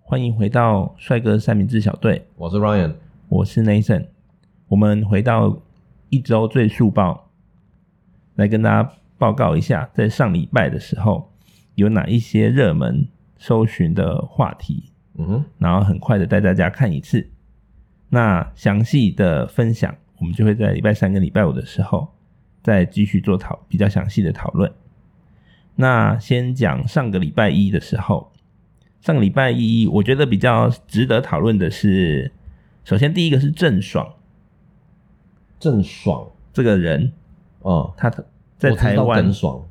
欢迎回到帅哥三明治小队，我是 Ryan，我是 Nathan。我们回到一周最速报，来跟大家报告一下，在上礼拜的时候有哪一些热门搜寻的话题，嗯哼，然后很快的带大家看一次。那详细的分享，我们就会在礼拜三跟礼拜五的时候再继续做讨比较详细的讨论。那先讲上个礼拜一的时候，上个礼拜一我觉得比较值得讨论的是，首先第一个是郑爽郑爽，这个人，嗯，他在我知道台湾郑，爽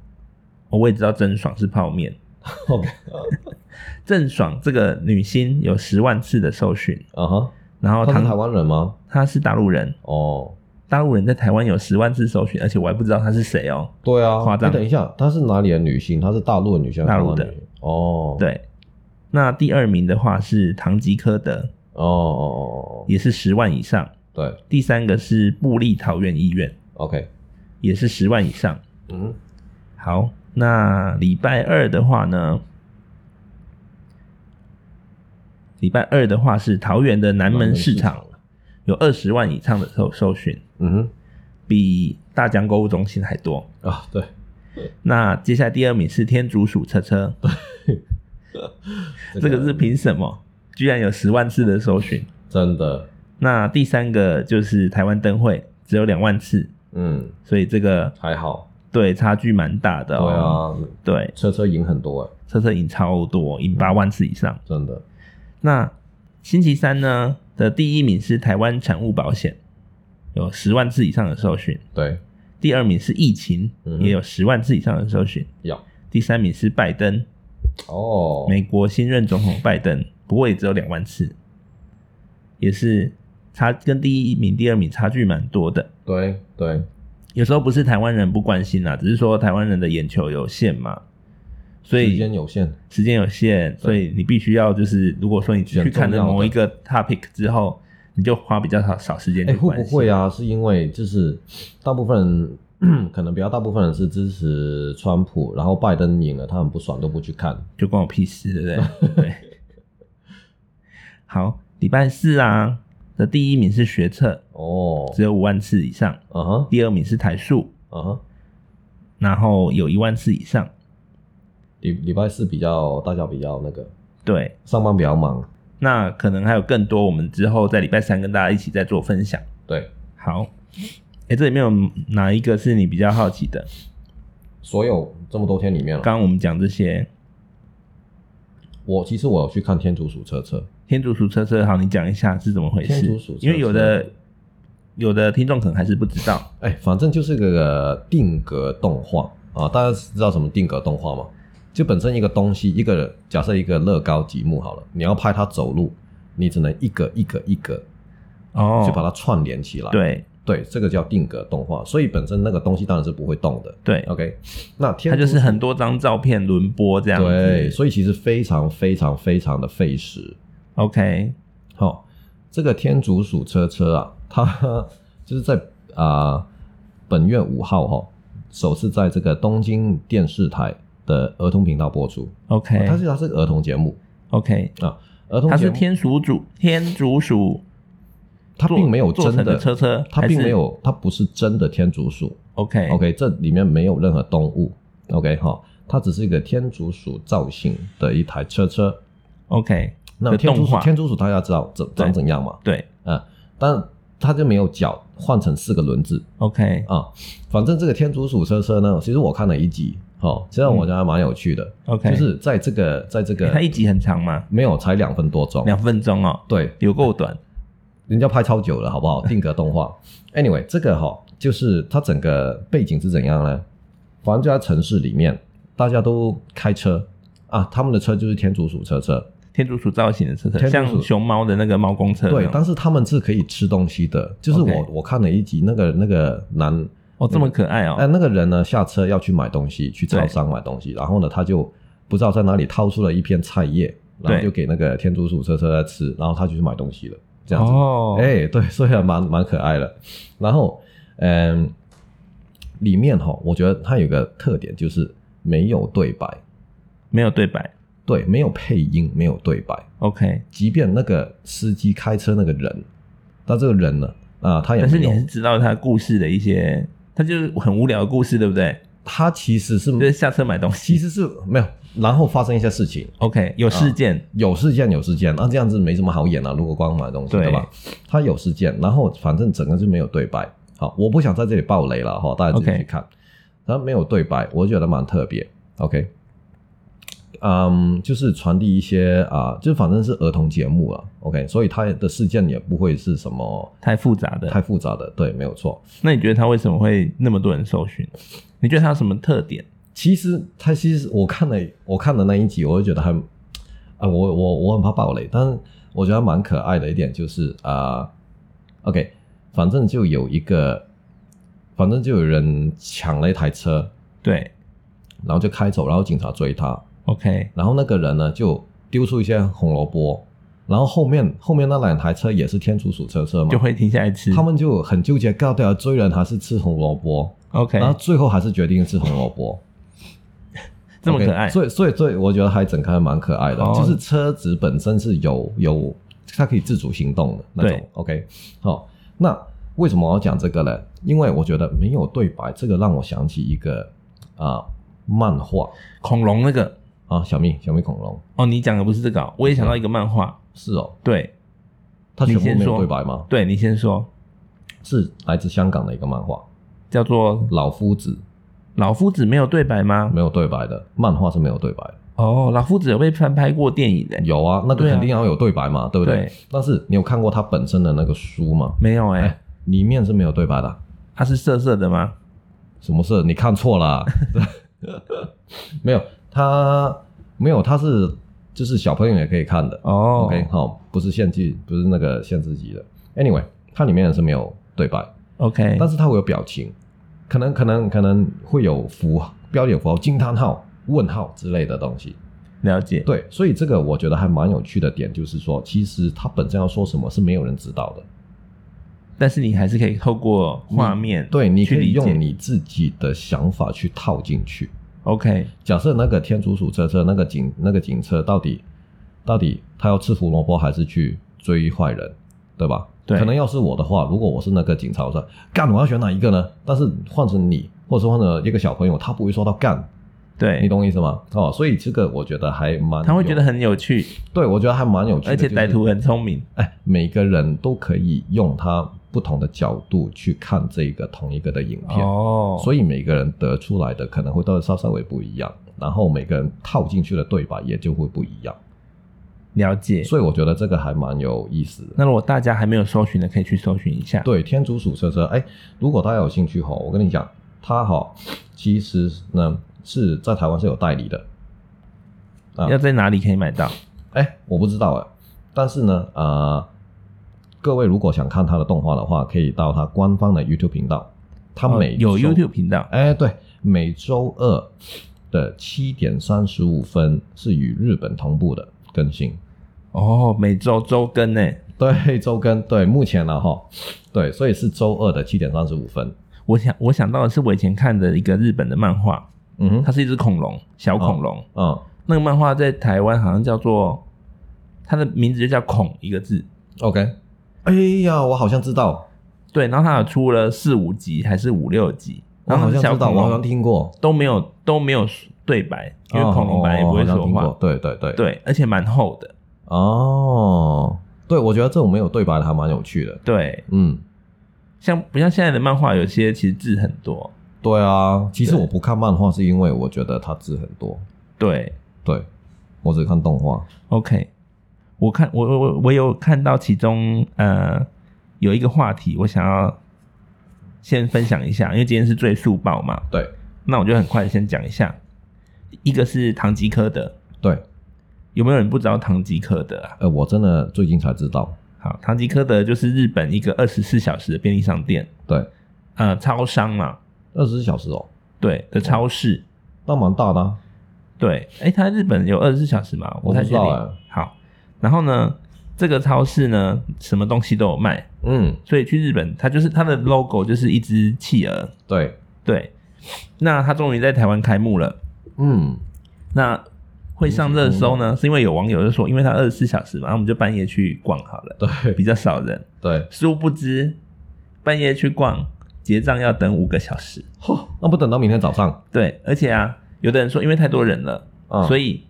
我也知道郑爽是泡面。 ，OK，郑爽这个女星有十万次的搜寻，啊哈，然后他是台哦唐湾人吗？她是大陆人，哦，大陆人在台湾有十万次搜寻，而且我还不知道她是谁哦。对啊，夸张你等一下，她是哪里的女性？她是大陆的女性，大陆的还是台湾女性，哦，，对，那第二名的话是唐吉诃德，哦哦哦哦，也是十万以上。对第三个是布利桃园医院， ，OK，也是十万以上。嗯，好，那礼拜二的话呢？礼拜二的话是桃园的南门市场，有二十万以上的搜搜寻，嗯比大江购物中心还多。哼，啊，对，那接下来第二名是天竺鼠车车，这个是凭什么？居然有十万次的搜寻。真的，那第三个就是台湾灯会，只有两万次，嗯，所以这个还好，对差距蛮大的、对哦。啊，对车车赢很多哎，车车赢超多，赢八万次以上。真的，那星期三呢的第一名是台湾产物保险，有十万次以上的搜寻；对，第二名是疫情，嗯哼也有十万次以上的搜寻；要，第三名是拜登，哦，美国新任总统拜登，不过也只有两万次，也是差跟第一名、第二名差距蛮多的。对对，有时候不是台湾人不关心啦，只是说台湾人的眼球有限嘛，所时以间有限，时间有限，所以你必须要就是，如果说你去看了某一个 topic 之后，你就花比较少少时间哎、去会关不心。会啊？是因为就是大部分人 可能比较大部分人是支持川普，然后拜登赢了，他很不爽都不去看。就关我屁事，对不 对？对。好，礼拜四啊的第一名是学测，哦，只有五万次以上；啊哈第二名是台数，啊哈，然后有一万次以上。礼礼拜四比较大家比较那个对，上班比较忙，那可能还有更多，我们之后在礼拜三跟大家一起再做分享。对，好，哎、这里面有哪一个是你比较好奇的？所有这么多天里面了，刚刚我们讲这些我其实我有去看天竺鼠车车，天竺鼠车车，好，你讲一下是怎么回事？天竺鼠车车因为有的有的听众可能还是不知道，哎、反正就是个定格动画啊，大家知道什么定格动画吗？就本身一个东西，一个假设一个乐高积木好了，你要拍它走路，你只能一个一个一个哦去把它串联起来。对对，这个叫定格动画，所以本身那个东西当然是不会动的。对， OK，那哦天它竺就是鼠很多张照片轮播这样子。对，所以其实非常非常非常的费时。 ，OK，好、这个天竺鼠车车啊，它就是在啊、本月五号哈、首次在这个东京电视台的儿童频道播出。 OK，哦它是它是个儿童节目， OK，儿童哎它节是目天竺鼠天竺鼠它做，并没有做真成的的车车，它还并是没有，它不是真的天竺鼠。 OK OK，这里面没有任何动物。OK 哈，它只是一个天竺鼠造型的一台车车。 OK，那的天竺动鼠画天竺鼠大家知道怎对长怎样嘛？对嗯，但它就没有脚，换成四个轮子，OK 啊。反正这个天竺鼠车车呢，其实我看了一集，哦，其实我觉得还蛮有趣的，嗯 OK，就是在这个在这它个一集很长嘛，没有才两分多钟，两分钟哦，对，有够短。人家拍超久了，好 不好？定格动画。Anyway，这个哈、就是它整个背景是怎样呢？反正就在城市里面，大家都开车啊，他们的车就是天竺鼠车车，天竺鼠造型的车车，天竺鼠像熊猫的那个猫公车那对，种，但是他们是可以吃东西的。就是我 OK 我看了一集，那个那个男哦，这么可爱哦哎，，那个人呢下车要去买东西，去超对商买东西，然后呢，他就不知道在哪里掏出了一片菜叶，然后对就给那个天竺鼠车车在吃，然后他就去买东西了，这样子。哦，哎、对，所以还蛮蛮可爱的。然后，嗯，里面哈，我觉得它有个特点就是没有对白。没有对白，对，没有配音，没有对白， OK，即便那个司机开车那个人，但这个人呢，啊，他也但是没你还有是，知道他故事的一些，他就是很无聊的故事，对不对？他其实是就是下车买东西。嗯其实是没有，然后发生一些事情， OK，有事件，有事件有事件，那、这样子没什么好演啊。如果光买东西，对对吧？他有事件，然后反正整个就没有对白。好，我不想在这里爆雷了哈，大家自己 OK 去看。他没有对白，我觉得蛮特别。OK，嗯，就是传递一些啊、就反正是儿童节目了。OK，所以他的事件也不会是什么太复杂的。太复杂的，对，没有错。那你觉得他为什么会那么多人搜寻？你觉得他有什么特点？其实他其实我看了我看了那一集，我就觉得很啊、我我我很怕暴雷，但是我觉得蛮可爱的一点就是啊、o k 反正就有一个，反正就有人抢了一台车，对然后就开走，然后警察追他， ，OK，然后那个人呢就丢出一些红萝卜，然后后面后面那两台车也是天竺鼠车车嘛就，会停下来吃。他们就很纠结，到底要追人还是吃红萝卜， OK，然后最后还是决定吃红萝卜。这么可爱 OK，所以所以所以我觉得还整个还蛮可爱的，哦就是车子本身是有有它可以自主行动的那种对。 OK，好、那为什么我要讲这个呢？因为我觉得没有对白，这个让我想起一个啊、漫画恐龙那个啊，小蜜小蜜恐龙哦，你讲的不是这个哦、我也想到一个漫画。是哦，对，它全你先部没有说对白吗？对你先说，是来自香港的一个漫画《叫做老夫子老夫子没有对白》，吗？没有对白的漫画是没有对白的。哦，老夫子有被翻拍过电影的，有啊，那个对啊肯定要有对白嘛，对不对但是你有看过它本身的那个书吗？没有哎、哎，里面是没有对白的啊。它是色色的吗？什么事？你看错了啊、 没有，他没有，他是就是小朋友也可以看的。哦 OK，好、不是限制，不是那个限制级的。Anyway，它里面也是没有对白， OK，但是它会有表情，可能可能可能会有符号、标点符号、惊叹号、问号之类的东西。了解。对，所以这个我觉得还蛮有趣的点，就是说，其实它本身要说什么是没有人知道的。但是你还是可以透过画面对，你可去以理解用你自己的想法去套进去。 OK，假设那个天竺鼠车车那个警那个警车到底到底他要吃胡萝卜还是去追坏人，对吧？对可能要是我的话，如果我是那个警察，我说干，我要选哪一个呢？但是换成你，或者是换成一个小朋友，他不会说到干，对，你懂我意思吗？哦，所以这个我觉得还蛮有，他会觉得很有趣，对，我觉得还蛮有趣的，而且就是歹徒很聪明。哎，每个人都可以用他不同的角度去看这个同一个的影片。哦，所以每个人得出来的可能会都稍稍微不一样，然后每个人套进去的对白也就会不一样，了解。所以我觉得这个还蛮有意思的。那如果大家还没有搜寻的，可以去搜寻一下。对天竺鼠车车，哎，如果大家有兴趣哈，我跟你讲，它哈其实呢是在台湾是有代理的，啊要在哪里可以买到？哎，我不知道哎，但是呢，呃，各位如果想看它的动画的话，可以到它官方的 YouTube 频道，它哦每有周 YouTube 频道。哎，对，每周二的七点三十五分是与日本同步的更新。哦，每周周更呢。对，周更，对，目前了哈，对，所以是周二的七点三十五分。我想我想到的是我以前看的一个日本的漫画，嗯它哼，是一只恐龙，小恐龙。嗯那个漫画在台湾好像叫做，它的名字就叫“恐”一个字。 ，OK。哎呀，我好像知道，对，然后它有出了四五集还是五六集，我然后好那只像小知道，恐我好像龙听过，都没有都没有对白，因为哦恐龙本来也不会说我好像听话。过对对对，对，而且蛮厚的。哦，对，我觉得这种没有对白的还蛮有趣的。对，嗯，像不像现在的漫画，有些其实字很多。对啊，其实对我不看漫画是因为我觉得它字很多，对对我只看动画。 ，OK，我看我我我我有看到其中呃有一个话题，我想要先分享一下，因为今天是最速报嘛，对那我就很快地先讲一下。一个是唐吉诃德，对，有没有人不知道唐吉诃德啊？呃，我真的最近才知道，好，唐吉诃德就是日本一个二十四小时的便利商店，对，呃，超商嘛，二十四小时哦，对的超市，那蛮大的、啊，对，哎，它日本有二十四小时吗？我我不太知确定。道哎、好，然后呢，这个超市呢，什么东西都有卖，嗯，所以去日本，它就是它的 logo 就是一只企鹅，对，对。那它终于在台湾开幕了，嗯，那会上热搜呢，是因为有网友就说，因为它二十四小时嘛，然后我们就半夜去逛好了，对比较少人。对，殊不知半夜去逛，结账要等五个小时。嚯，哦那不等到明天早上对，而且啊，有的人说因为太多人了，啊？所以以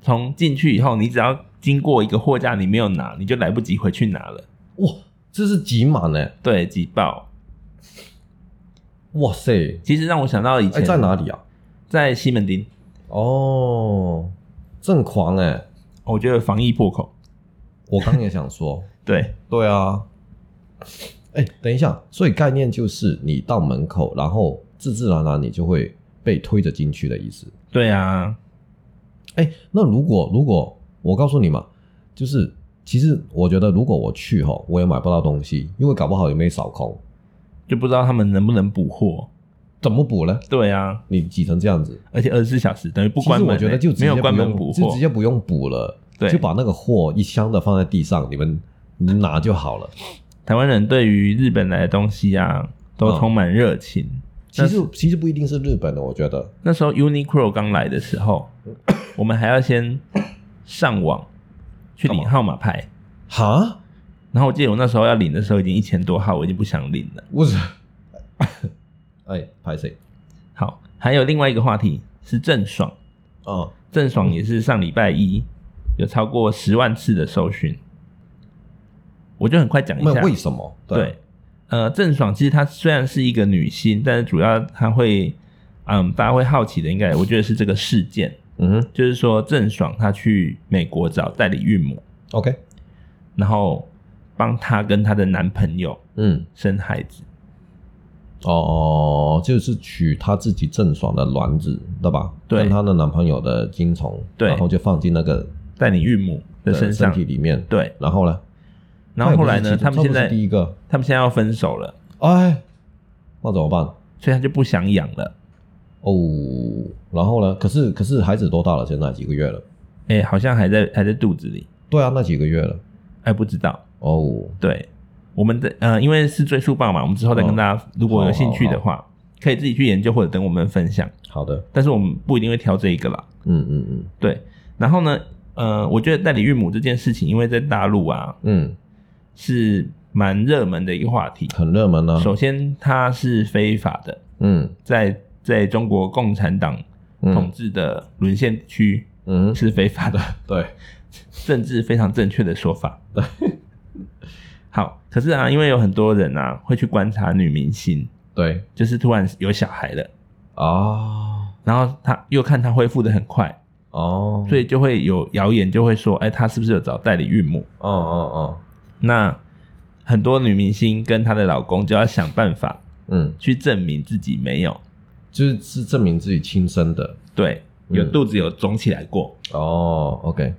从进去以后，你只要经过一个货架，你没有拿，你就来不及回去拿了。哇，这是挤满呢！对，挤爆。哇塞，其实让我想到以哎，前在哪里啊？在西门町，哦，正狂哎！哦我觉得防疫破口。我刚也想说，对对啊，哎，等一下，所以概念就是你到门口，然后自自然然你就会被推着进去的意思。对啊，哎，那如果如果我告诉你嘛，就是其实我觉得如果我去哈，我也买不到东西，因为搞不好也没扫空，就不知道他们能不能补货。怎么补呢？对啊，你挤成这样子，而且二十四小时等于不其关实门、欸我觉得就直没接有不关门用补就货直，接不用补了，对就把那个货一箱的放在地上，你们你们拿就好了。台湾人对于日本来的东西啊，都嗯充满热情。其实其实不一定是日本的，我觉得那时候 Uniqlo 刚来的时候，我们还要先上网去领号码牌。哈，然后我记得我那时候要领的时候已经一千多号，我已经不想领了。我是 哎，拍谁好，还有另外一个话题是郑爽，啊？郑爽也是上礼拜一有超过十万次的搜寻，我就很快讲一那下。为什么？啊对，呃，郑爽其实她虽然是一个女星，但是主要她会，嗯，大家会好奇的，应该我觉得是这个事件，嗯哼就是说郑爽她去美国找代理孕母， ，OK，然后帮她跟她的男朋友嗯，生孩子。哦，就是取她自己郑爽的卵子，对吧？对跟她的男朋友的精虫，对然后就放进那个代理孕母的身身上，体里面，对。然后呢？然后后来她呢，也不他是其中们现在她不是第一个，他们现在要分手了，哎，那怎么办？所以她就不想养了。哦，然后呢？可是可是孩子多大了？现在几个月了？哎、好像还在还在肚子里，对啊，那几个月了。哎，不知道。哦，对，我们的呃，因为是追溯报嘛，我们之后再跟哦大家，如果有兴趣的话，可以自己去研究或者等我们分享。好的，但是我们不一定会挑这一个啦。嗯嗯嗯对，然后呢，呃，我觉得代理孕母这件事情，因为在大陆啊嗯，是蛮热门的一个话题。很热门呢、啊首先，它是非法的，嗯在在中国共产党统嗯治的沦陷区嗯，是非法的，对，政治非常正确的说法。 好，可是啊，因为有很多人啊会去观察女明星，对就是突然有小孩了，啊然后她又看她恢复的很快，哦，所以就会有谣言就会说，哎，她是不是有找代理孕母？哦哦那很多女明星跟她的老公就要想办法哦，嗯，去证明自己没有，就是是证明自己亲生的对，有嗯肚子有肿起来过，哦。OK，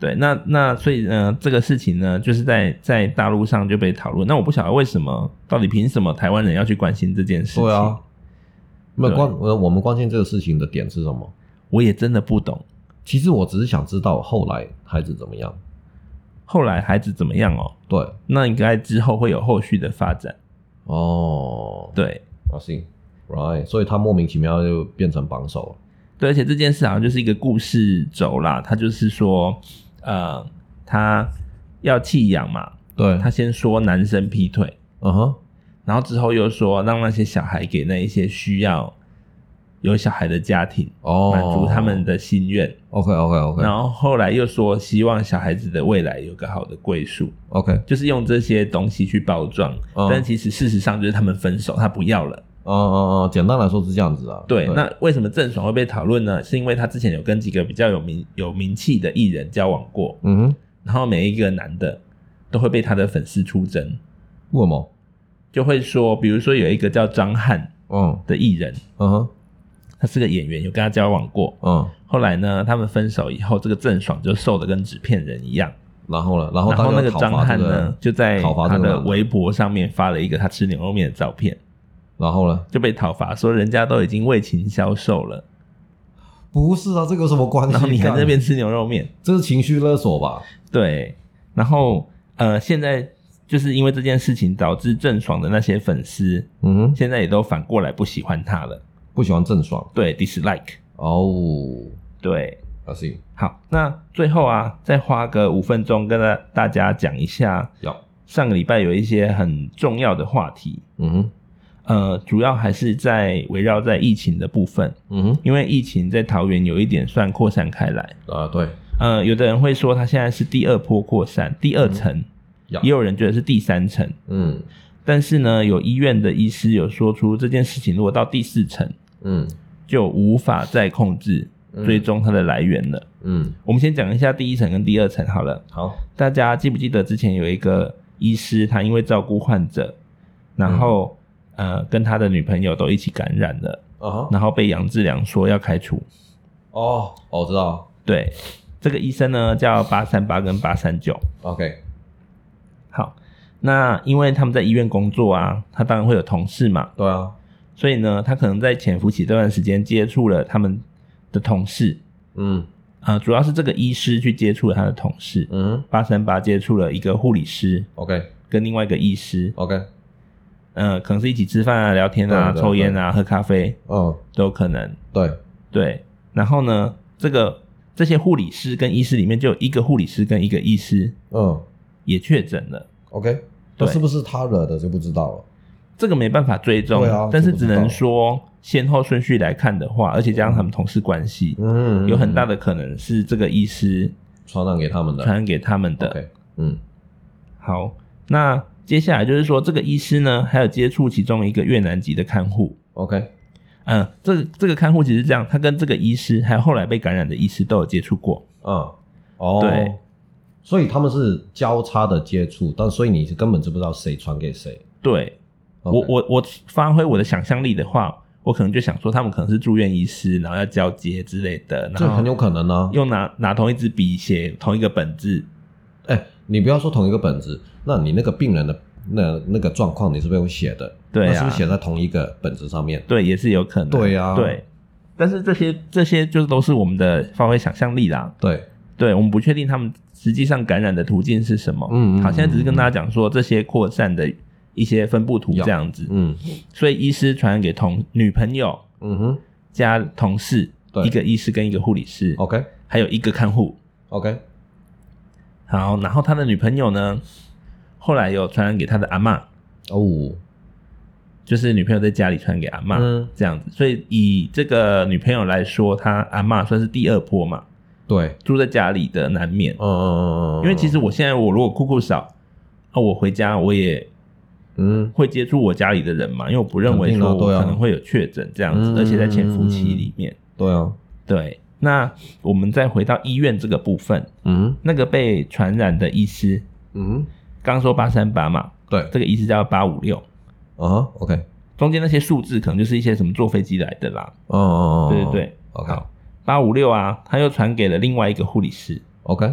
对，那那所以呢，这个事情呢，就是在在大陆上就被讨论。那我不晓得为什么，到底凭什么台湾人要去关心这件事情？对啊，那对啊关呃我我们关心这个事情的点是什么？我也真的不懂。其实我只是想知道后来孩子怎么样。后来孩子怎么样哦？对，那应该之后会有后续的发展。哦，对我信，right，所以他莫名其妙就变成榜首了。对，而且这件事好像就是一个故事轴啦。他就是说，呃，他要弃养嘛，对他先说男生劈腿，嗯哼，然后之后又说让那些小孩给那一些需要有小孩的家庭哦，满足他们的心愿。 OK OK OK 然后后来又说希望小孩子的未来有个好的归宿， OK，就是用这些东西去包装。嗯但其实事实上就是他们分手，他不要了。哦哦哦，简单来说是这样子啊。对，那为什么郑爽会被讨论呢？是因为她之前有跟几个比较有名有名气的艺人交往过，嗯哼，然后每一个男的都会被她的粉丝出征，为什么？就会说，比如说有一个叫张翰嗯的艺人，嗯哼他是个演员，有跟他交往过。嗯，后来呢，他们分手以后，这个郑爽就瘦的跟纸片人一样。然后呢？然后然大后家那个讨伐张翰这个呢，就在讨伐他这个的男微博上面发了一个他吃牛肉面的照片，然后呢？就被讨伐，说人家都已经为情消瘦了，不是啊，这个有什么关系？然后你还在干那边，吃牛肉面，这是情绪勒索吧？对，然后呃，现在就是因为这件事情导致郑爽的那些粉丝嗯哼，现在也都反过来不喜欢他了，不喜欢郑爽对，dislike，哦。对，阿信好，那最后啊，再花个五分钟跟大大家讲一下，要，上个礼拜有一些很重要的话题，嗯哼，呃，主要还是在围绕在疫情的部分，嗯因为疫情在桃园有一点算扩散开来，哼，啊，对，呃，有的人会说它现在是第二波扩散，第二层，要也，有人觉得是第三层，嗯但是呢，有医院的医师有说出这件事情如果到第四层，嗯就无法再控制嗯追踪它的来源了。嗯，我们先讲一下第一层跟第二层好了。好，大家记不记得之前有一个医师，他因为照顾患者，然后、呃跟他的女朋友都一起感染了，啊哈，然后被杨志良说要开除。哦，哦我知道对，这个医生呢叫八三八跟八三九。 ，OK，好，那因为他们在医院工作啊，他当然会有同事嘛，对啊，所以呢，他可能在潜伏期这段时间接触了他们的同事，嗯呃，主要是这个医师去接触了他的同事，嗯八三八接触了一个护理师，OK 跟另外一个医师， OK，呃，可能是一起吃饭啊、聊天啊、对对抽烟啊、喝咖啡哦，都有可能。对，对，然后呢，这个这些护理师跟医师里面就有一个护理师跟一个医师嗯也确诊了， ，OK，那对是不是他惹的就不知道了？这个没办法追踪，对啊但是这不只知道能说先后顺序来看的话，而且加上他们同事关系，嗯，有很大嗯的可能是这个医师传染给他们的，传染给他们的。 OK，嗯好，那接下来就是说，这个医师呢，还有接触其中一个越南籍的看护。 ，OK，嗯，这个这个看护其实是这样，他跟这个医师还有后来被感染的医师都有接触过。嗯，哦，对，所以他们是交叉的接触，但所以你是根本就不知道谁传给谁。对 OK 我我我发挥我的想象力的话，我可能就想说，他们可能是住院医师，然后要交接之类的，这然很后有可能啊呢、用拿拿同一支笔写同一个本子。哎，你不要说同一个本子，那你那个病人的那那个状况，你是不是有写的？对啊那是不是写在同一个本子上面？对，也是有可能。对啊对。但是这些这些就都是我们的发挥想象力啦。对，对，我们不确定他们实际上感染的途径是什么。嗯嗯好，现在只是跟大家讲说这些扩散的一些分布图这样子。嗯所以医师传染给同女朋友嗯哼加同事，对哦一个医师跟一个护理师， ，OK 还有一个看护。 OK，好，然后他的女朋友呢，后来有传染给他的阿嬷，哦，就是女朋友在家里传染给阿嬷，嗯这样子。所以以这个女朋友来说，她阿嬷算是第二波嘛，对，住在家里的难免。嗯嗯嗯嗯，因为其实我现在我如果酷酷少，啊，我回家我也嗯会接触我家里的人嘛，因为我不认为肯定啊说我对啊可能会有确诊这样子，嗯而且在潜伏期里面。对啊，对，那我们再回到医院这个部分，嗯那个被传染的医师，嗯，刚说八三八嘛，对这个医师叫八五六，啊哈，OK，中间那些数字可能就是一些什么坐飞机来的啦。哦哦哦，对对对，OK 好八五六啊，他又传给了另外一个护理师， OK，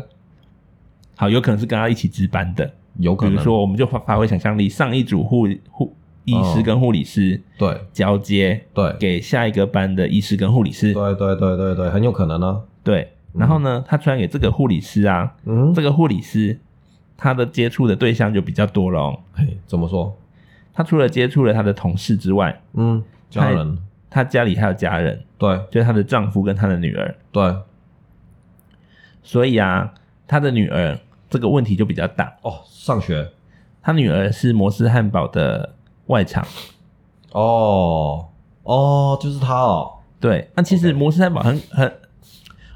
好，有可能是跟他一起值班的。有可比能，如说，我们就发发挥想象力，上一组护护医师跟护理师对交接，对给下一个班的医师跟护理师，哦对对对对对，很有可能啊，对。然后呢，他传给这个护理师啊，嗯，这个护理师他的接触的对象就比较多了、哦。嘿，怎么说？他除了接触了他的同事之外，嗯，家太人，他家里还有家人，对就是她的丈夫跟她的女儿。对。哦所以啊，她的女儿这个问题就比较大。哦，上学她女儿是摩斯汉堡的外场，哦哦，就是他哦，对。那其实摩斯汉堡很很，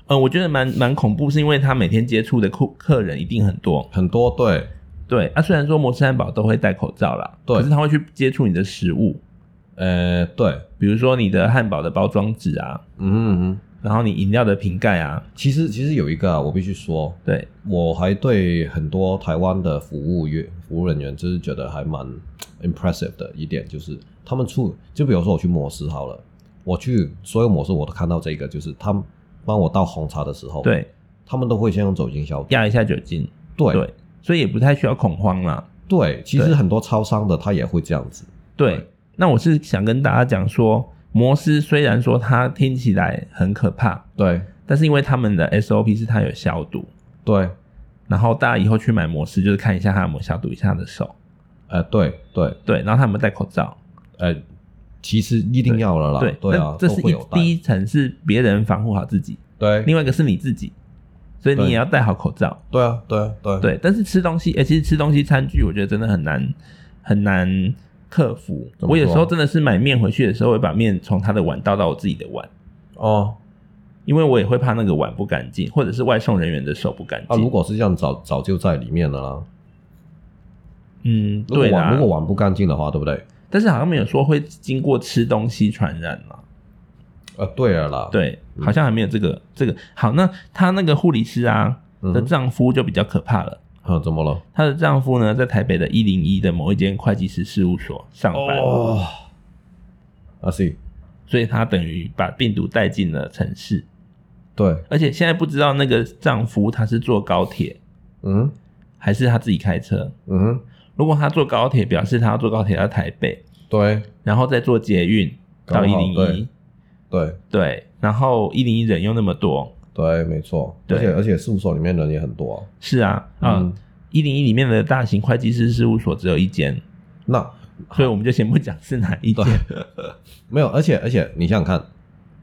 呃，我觉得蛮蛮恐怖，是因为她每天接触的客客人一定很多。很多对对啊，虽然说摩斯汉堡都会戴口罩啦，对可是他会去接触你的食物，呃，对，比如说你的汉堡的包装纸啊，嗯嗯，然后你饮料的瓶盖啊，其实其实有一个、啊、我必须说，对，我还对很多台湾的服务员、服务人员，就是觉得还蛮 impressive 的一点，就是他们处，就比如说我去摩斯好了，我去所有摩斯我都看到这个，就是他们帮我倒红茶的时候，，对，他们都会先用酒精消毒，压一下酒精，对对，所以也不太需要恐慌啦。对，其实对很多超商的他也会这样子，对对，那我是想跟大家讲说，摩斯虽然说它听起来很可怕，对但是因为他们的 SOP 是它有消毒，对，然后大家以后去买摩斯就是看一下它有没有消毒一下它的手，呃对对，对，然后他们戴口罩，呃，其实一定要了啦，对，对啊那，这是都会一有带第一层是别人防护好自己，对另外一个是你自己，所以你对也要戴好口罩。对啊对啊对啊对，但是吃东西，哎、其实吃东西餐具，我觉得真的很难很难克服。怎么说啊我有时候真的是买面回去的时候，会把面从他的碗倒到我自己的碗，哦因为我也会怕那个碗不干净，或者是外送人员的手不干啊，净。如果是这样早早就在里面了啦。嗯，如果对碗啦如，果碗不干净的话，对不对？但是好像没有说会经过吃东西传染嘛。嗯啊，对了啦，对，好像还没有这个这个。好，那她那个护理师啊嗯的丈夫就比较可怕了。啊，怎么了？她的丈夫呢，在台北的一零一的某一间会计师事务所上班，哦，啊是，所以她等于把病毒带进了城市。对，而且现在不知道那个丈夫他是坐高铁嗯还是他自己开车。嗯哼，如果他坐高铁，表示他要坐高铁到台北，对然后再坐捷运到刚一好零一对，对对，然后一零一人又那么多，对，没错，对而且而且事务所里面人也很多啊。是啊，啊嗯，一零一里面的大型会计师事务所只有一间，那所以我们就先不讲是哪一间，没有，而且而且你想想看，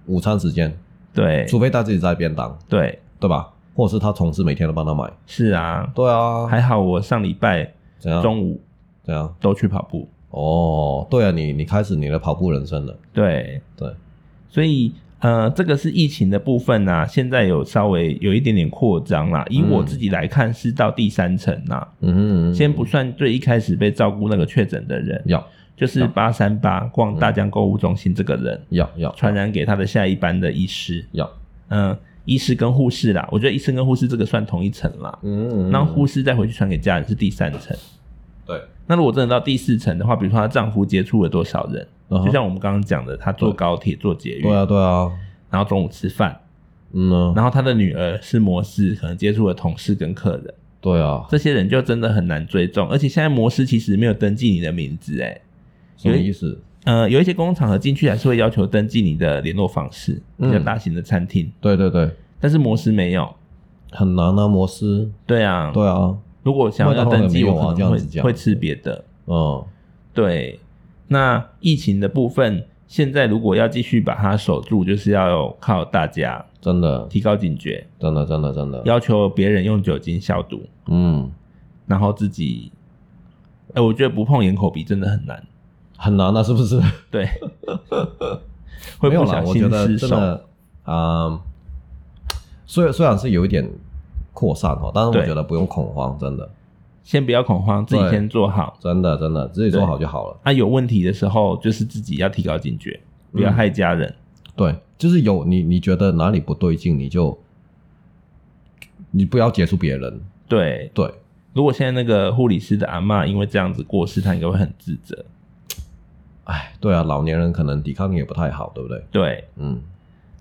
午餐时间，对除非他自己带便当，对，对吧？或者是他同事每天都帮他买。是啊，对啊，还好我上礼拜怎样？中午怎样？都去跑步，哦，对啊，你你开始你的跑步人生了。对，对，所以呃，这个是疫情的部分啊，现在有稍微有一点点扩张啦。以我自己来看，是到第三层啦、嗯哼嗯嗯哼先不算最一开始被照顾那个确诊的人，要就是八三八嗯逛大江购物中心这个人要要传染给他的下一班的医师，要，嗯、医师跟护士啦，我觉得医生跟护士这个算同一层啦。嗯那护士再回去传给家人是第三层。对，那如果真的到第四层的话，比如说她丈夫接触了多少人，嗯哼就像我们刚刚讲的，她坐高铁、坐捷运，对啊对啊，然后中午吃饭，嗯呢，然后她的女儿是模式，可能接触了同事跟客人，对啊，这些人就真的很难追踪。而且现在模式其实没有登记你的名字、哎，什么意思？呃，有一些公共场合进去还是会要求登记你的联络方式，比较嗯大型的餐厅，对对对，但是模式没有。很难啊，摩斯。对啊，对啊，如果想要麦当劳登也没记，有啊我可这能样会子这样会子吃别的。嗯，对，那疫情的部分，现在如果要继续把它守住，就是要靠大家真的，提高警觉，真的，真的，真的，要求别人用酒精消毒，嗯，然后自己，哎、我觉得不碰眼口鼻真的很难，很难啊，是不是？ 对， 会没有不啦，小我觉心得失真手，的，嗯，虽然虽然是有一点扩散哦，但是我对觉得不用恐慌，真的，先不要恐慌，自己对先做好。真的，真的，自己做好就好了。啊，有问题的时候就是自己要提高警觉，不要嗯害家人。对，就是有你你觉得哪里不对劲，你就你不要接触别人。对，对，如果现在那个护理师的阿嬷因为这样子过世，她应该会很自责。哎，对啊，老年人可能抵抗力也不太好，对不对？对，嗯，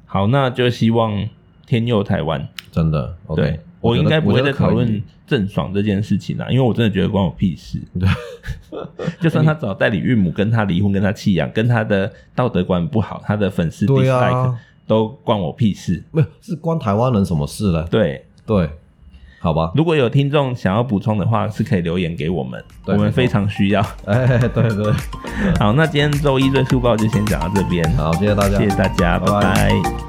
好，那就希望天佑台湾。真的。OK，对我应该不会再讨。觉得论觉得可以郑爽这件事情啦，因为我真的觉得关我屁事。 就算他找代理孕母跟他离婚，跟他弃养，跟他的道德观不好，他的粉丝对 dislike、啊，都关我屁事。没有是关台湾人什么事呢？对，对，好吧。如果有听众想要补充的话，是可以留言给我们，我对们没错非常需要。哎，对对，好，那今天周一最速报就先讲到这边，好，谢谢大家，谢谢大家，拜拜拜拜